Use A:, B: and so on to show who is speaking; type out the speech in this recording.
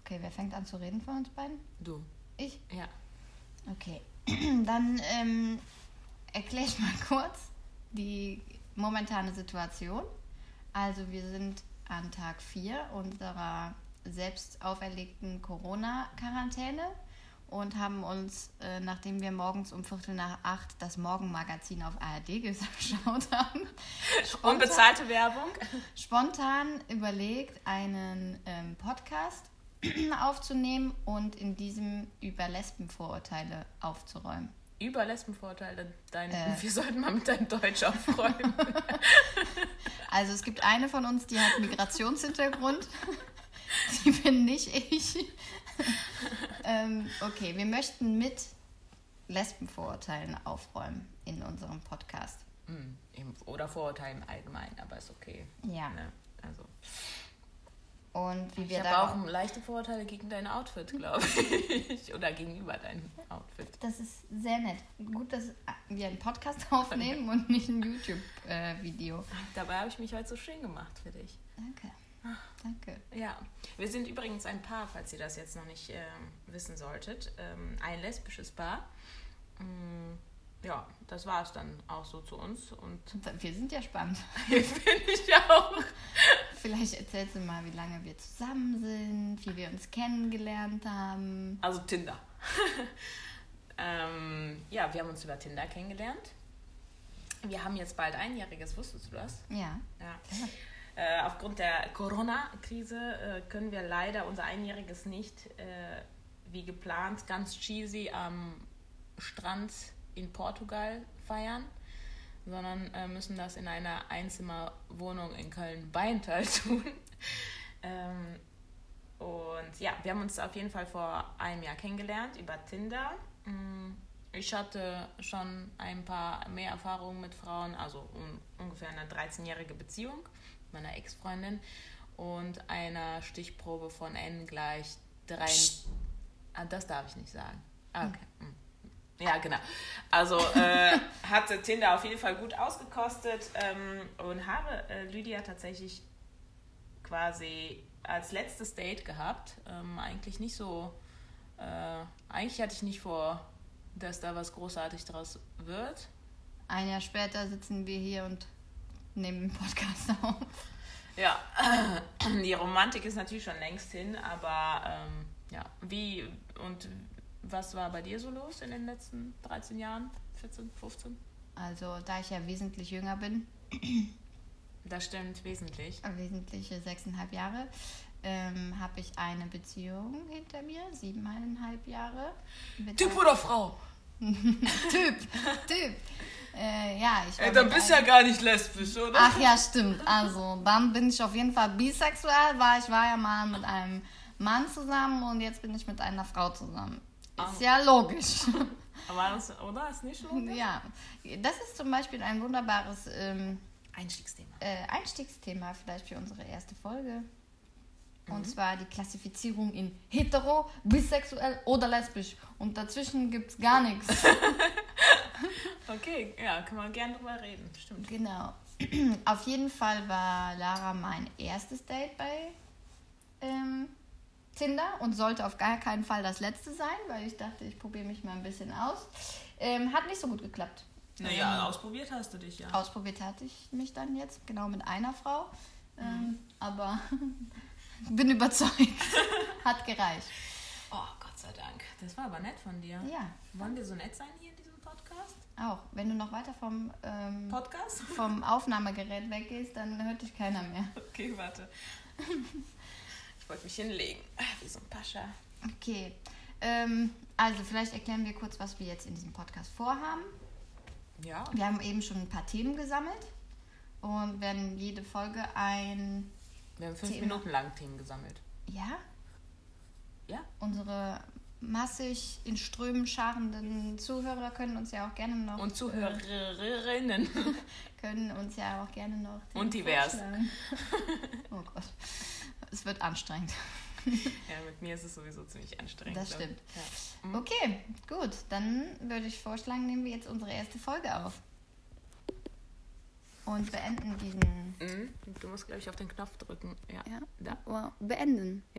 A: Okay, wer fängt an zu reden von uns beiden?
B: Du.
A: Ich?
B: Ja.
A: Okay. Dann ähm, erkläre ich mal kurz die momentane Situation. Also wir sind an Tag 4 unserer selbst auferlegten Corona-Quarantäne und haben uns, äh, nachdem wir morgens um Viertel nach acht das Morgenmagazin auf ARD geschaut haben, spontan-
B: Unbezahlte Werbung.
A: spontan überlegt, einen ähm, Podcast aufzunehmen und in diesem über Lesbenvorurteile aufzuräumen.
B: Über Lesbenvorurteile. Dein,
A: Äh.
B: Wir sollten mal mit deinem Deutsch aufräumen.
A: Also es gibt eine von uns, die hat Migrationshintergrund. Die bin nicht ich. ähm, okay, wir möchten mit Lesbenvorurteilen aufräumen in unserem Podcast.
B: Hm, eben- Oder Vorurteile im Allgemeinen, aber ist okay.
A: Ja.
B: Ne? Also.
A: Und wie
B: Ich
A: wir da
B: habe auch leichte Vorurteile gegen dein Outfit, glaube ich. Oder gegenüber deinem Outfit.
A: Das ist sehr nett. Gut, dass äh, wir einen Podcast aufnehmen und nicht ein äh, YouTube-Video.
B: Dabei habe ich mich heute so schön gemacht für dich.
A: Danke. Danke.
B: Ja, wir sind übrigens ein Paar, falls ihr das jetzt noch nicht ähm, wissen solltet. Ähm, ein lesbisches Paar. Mm, ja, das war es dann auch so zu uns und
A: Wir sind ja spannend.
B: finde ich auch.
A: Vielleicht erzählst du mal, wie lange wir zusammen sind, wie wir uns kennengelernt haben.
B: Also Tinder. ähm, ja, wir haben uns über Tinder kennengelernt. Wir haben jetzt bald einjähriges, wusstest du das?
A: Ja.
B: Ja. Äh, aufgrund der Corona-Krise äh, können wir leider unser Einjähriges nicht äh, wie geplant ganz cheesy am Strand in Portugal feiern, sondern äh, müssen das in einer Einzimmerwohnung in Köln-Beintal tun. ähm, und ja, wir haben uns auf jeden Fall vor einem Jahr kennengelernt über Tinder. Mm, Ich hatte schon ein paar mehr Erfahrungen mit Frauen, also un ungefähr eine 13-jährige Beziehung mit meiner Ex-Freundin und einer Stichprobe von n gleich 3. Ah, das darf ich nicht sagen. Ah, okay. Mm. Ja, genau. Also äh, hatte Tinder auf jeden Fall gut ausgekostet ähm, und habe äh, Lydia tatsächlich quasi als letztes Date gehabt. Ähm, eigentlich nicht so. Äh, eigentlich hatte ich nicht vor, dass da was großartig draus wird.
A: Ein Jahr später sitzen wir hier und nehmen den Podcast auf.
B: Ja, die Romantik ist natürlich schon längst hin, aber ähm, ja, wie und was war bei dir so los in den letzten 13 Jahren? 14, 15?
A: Also, da ich ja wesentlich jünger bin,
B: Das stimmt wesentlich.
A: wesentliche sechseinhalb Jahre, ähm, habe ich eine Beziehung hinter mir, siebeneinhalb Jahre. Mit
B: Typ oder Frau?
A: Typ! Typ! Äh, ja, ich war
B: Ey, dann
A: mit
B: bist du
A: einem-
B: ja gar nicht lesbisch, oder?
A: Ach ja, stimmt. Also, dann bin ich auf jeden Fall bisexuell, weil ich war ja mal mit einem Mann zusammen und jetzt bin ich mit einer Frau zusammen. Ist
B: Ah.
A: ja logisch.
B: Aber das, oder? Ist nicht so?
A: ja, das ist zum Beispiel ein wunderbares ähm,
B: Einstiegsthema.
A: äh, Einstiegsthema vielleicht für unsere erste Folge. Und zwar die Klassifizierung in hetero, bisexuell oder lesbisch. Und dazwischen gibt's gar nichts.
B: Okay, ja, kann man gern drüber reden. Stimmt.
A: Genau. Auf jeden Fall war Lara mein erstes Date bei ähm, Tinder und sollte auf gar keinen Fall das letzte sein, weil ich dachte, ich probiere mich mal ein bisschen aus. Ähm, hat nicht so gut geklappt. Ähm,
B: Naja, ausprobiert hast du dich ja.
A: Ausprobiert hatte ich mich dann jetzt, genau mit einer Frau. Ähm, Aber bin überzeugt. Hat gereicht.
B: Oh, Gott sei Dank. Das war aber nett von dir.
A: Ja,
B: Wollen wir so nett sein hier in diesem Podcast?
A: auch. Wenn du noch weiter vom, ähm,
B: Podcast?
A: vom Aufnahmegerät weggehst, dann hört dich keiner mehr.
B: Okay, warte. Ich wollte mich hinlegen. Ah, Wie so ein Pascha.
A: Okay. Ähm, also vielleicht erklären wir kurz, was wir jetzt in diesem Podcast vorhaben.
B: Ja.
A: Wir haben eben schon ein paar Themen gesammelt und werden jede Folge ein,
B: Wir haben fünf
A: Thema.
B: Minuten lang Themen gesammelt.
A: ja,
B: Ja.
A: unsere massig in Strömen scharenden Zuhörer können uns ja auch gerne noch
B: Und Zuhörerinnen.
A: können uns ja auch gerne noch Themen
B: Und divers.
A: vorschlagen. Oh Gott, es wird anstrengend.
B: Ja, mit mir ist es sowieso ziemlich anstrengend.
A: Das
B: glaub ich. Ja.
A: Okay, gut, dann würde ich vorschlagen, nehmen wir jetzt unsere erste Folge auf und beenden diesen
B: Mhm. Du musst, glaube ich, auf den Knopf drücken. Ja.
A: Ja.
B: Da.
A: beenden.